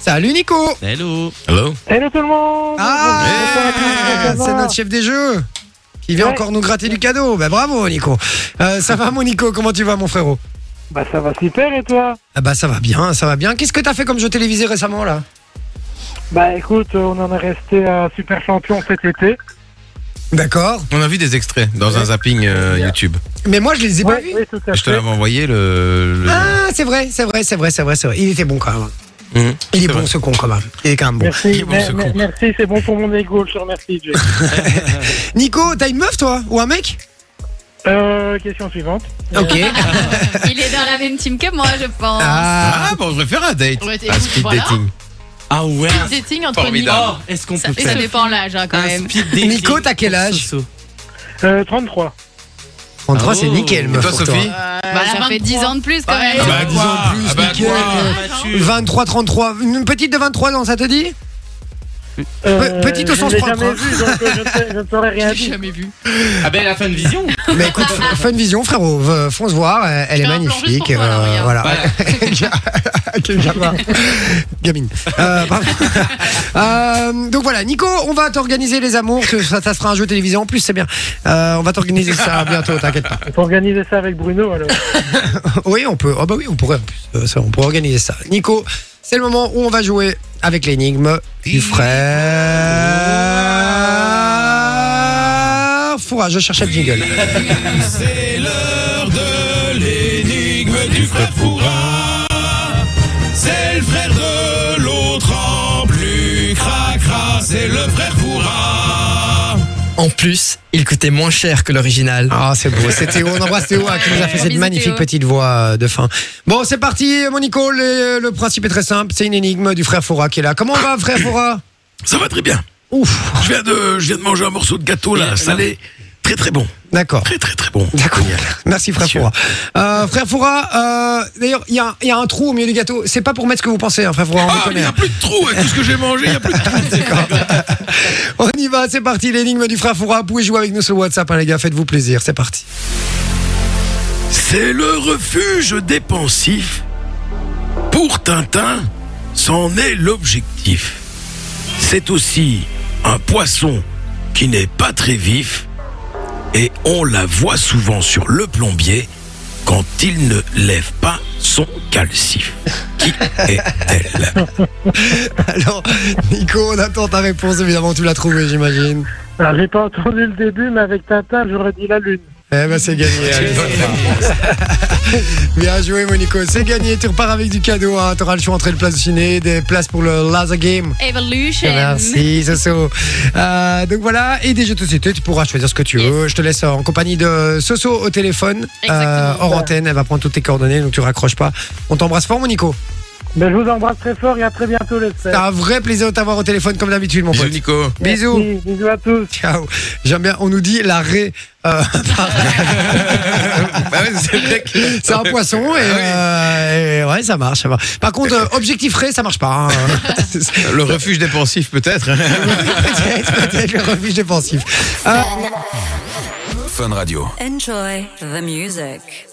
Salut Nico Hello. Hello Hello tout le monde Ah Bonsoir à tous, hey, comment ça C'est va notre chef des jeux qui vient Ouais. encore nous gratter du cadeau. Bah bravo Nico Euh, Ça va mon Nico Comment tu vas mon frérot Bah ça va super et toi ah bah ça va bien, ça va bien. Qu'est-ce que t'as fait comme jeu télévisé récemment là Bah écoute, on en est resté à Super Champion cet été. D'accord. On a vu des extraits dans un zapping euh, YouTube. Mais moi je les ai pas vus. oui, tout à Je te fait. l'avais envoyé le. le- Ah c'est vrai, c'est vrai, c'est vrai, c'est vrai, c'est vrai. Il était bon quand même. Hum. Mhm. Il est C'est bon vrai. ce con quand même. Il est quand même bon. Il est Merci, bon, mer- ce mer- con. merci, c'est bon pour mon ego, je te remercie Jay. Nico, t'as une meuf toi Ou un mec Euh, question suivante. Ok. Il est dans la même team que moi, je pense. Ah. Ah, bon, je vais faire un date. un Ouais, écoute, speed voilà. dating. Ah ouais. Speed dating entre Formidable. Nico. Oh, est-ce qu'on Ça, peut et ça faire dépend l'âge hein, quand Ah, un même. speed dating Nico, t'as quel pour âge Ah, Soso Euh, 33. 33 c'est Oh. nickel Et meuf. toi, pour Mmh. Sophie Euh, ça fait 10 ans de plus quand Pareil. même. bah, disons plus, ah bah, nickel. quoi. Mathieu. 23, 33. Une petite de 23 ans, ça te dit Euh, Pe- petite au je sens l'ai propre, hein. jamais vu, donc euh, je ne te- je ne t'aurais rien J'ai dit. jamais vu. Ah ben, elle a fait une vision. Mais écoute, f- fun vision, frérot. V- Fonce voir, euh, elle est Je fais un plan juste magnifique. pour toi, là, regarde. voilà. Voilà. Quel gamin. Gamine. Euh, pardon. Euh, donc voilà, Nico, on va t'organiser les amours. que Ça, ça sera un jeu télévisé en plus, c'est bien. Euh, on va t'organiser ça bientôt, t'inquiète pas. Faut organiser ça avec Bruno alors. Oui, on peut. Ah bah oui, on pourrait. en plus. Euh, ça, on pourrait organiser ça. Nico, c'est le moment où on va jouer avec l'énigme du frère. Fourrage, je cherchais le jingle. C'est l'heure de l'énigme du frère Foura. C'est le frère de l'autre en plus. Cracra, c'est le frère Foura. En plus, il coûtait moins cher que l'original. Ah, c'est beau. C'est Théo. On embrasse Théo hein, qui nous a fait Ouais, cette bisous, magnifique Théo. petite voix euh, de fin. Bon, c'est parti, mon Nico. Le, le principe est très simple. C'est une énigme du frère Fora qui est là. Comment on va, frère Fora Ça va très bien. Ouf. Je viens de, je viens de manger un morceau de gâteau là, salé. Très très bon. D'accord. Très très très bon. D'accord. Merci, frère Fora. Euh, frère Fora, euh, d'ailleurs, il y, a un- il y a un trou au milieu du gâteau. C'est pas pour mettre ce que vous pensez, hein, frère Fora. On vous Ah, mais connaît. il n'y a hein. plus de trou avec tout ce que j'ai mangé, il n'y a plus de trou. hein. On y va. C'est parti. L'énigme du frère Fora. Vous pouvez jouer avec nous sur WhatsApp, hein, les gars. Faites-vous plaisir. C'est parti. C'est le refuge dépensif. Pour Tintin, c'en est l'objectif. C'est aussi un poisson qui n'est pas très vif et on la voit souvent sur le plombier quand il ne lève pas son calcif. Qui est-elle Alors, Nico, on attend ta réponse. Évidemment, tu l'as trouvée, j'imagine. Alors, J'ai pas entendu le début, mais avec Tintin, j'aurais dit la lune. Eh ben c'est gagné. Allez, bonne réponse. Bien joué Monico, c'est gagné. Tu repars avec du cadeau. Hein. T'auras le choix entre les places de ciné, des places pour le laser game. Evolution. Merci Soso. Euh, donc voilà, et des jeux de société, tu pourras choisir ce que tu Yes. veux. Je te laisse en compagnie de Soso au téléphone, Euh, Exactement. hors antenne. Elle va prendre toutes tes coordonnées, donc tu raccroches pas. On t'embrasse fort Monico. Mais Ben, je vous embrasse très fort et à très bientôt les C'est un vrai plaisir de t'avoir au téléphone comme d'habitude mon Bisous, pote. Nico. Ah, Bisous. Bisous à tous. Ciao. J'aime bien, on nous dit la ré... euh, Ah Bah ouais, c'est vrai que- C'est un poisson et, euh, et ouais, ça marche, ça va. Par contre, euh, objectif frais, ça marche pas. hein. Le refuge dépensif, peut-être. hein. Peut-être, peut-être le refuge dépensif. Euh, Fun Radio. Enjoy the music.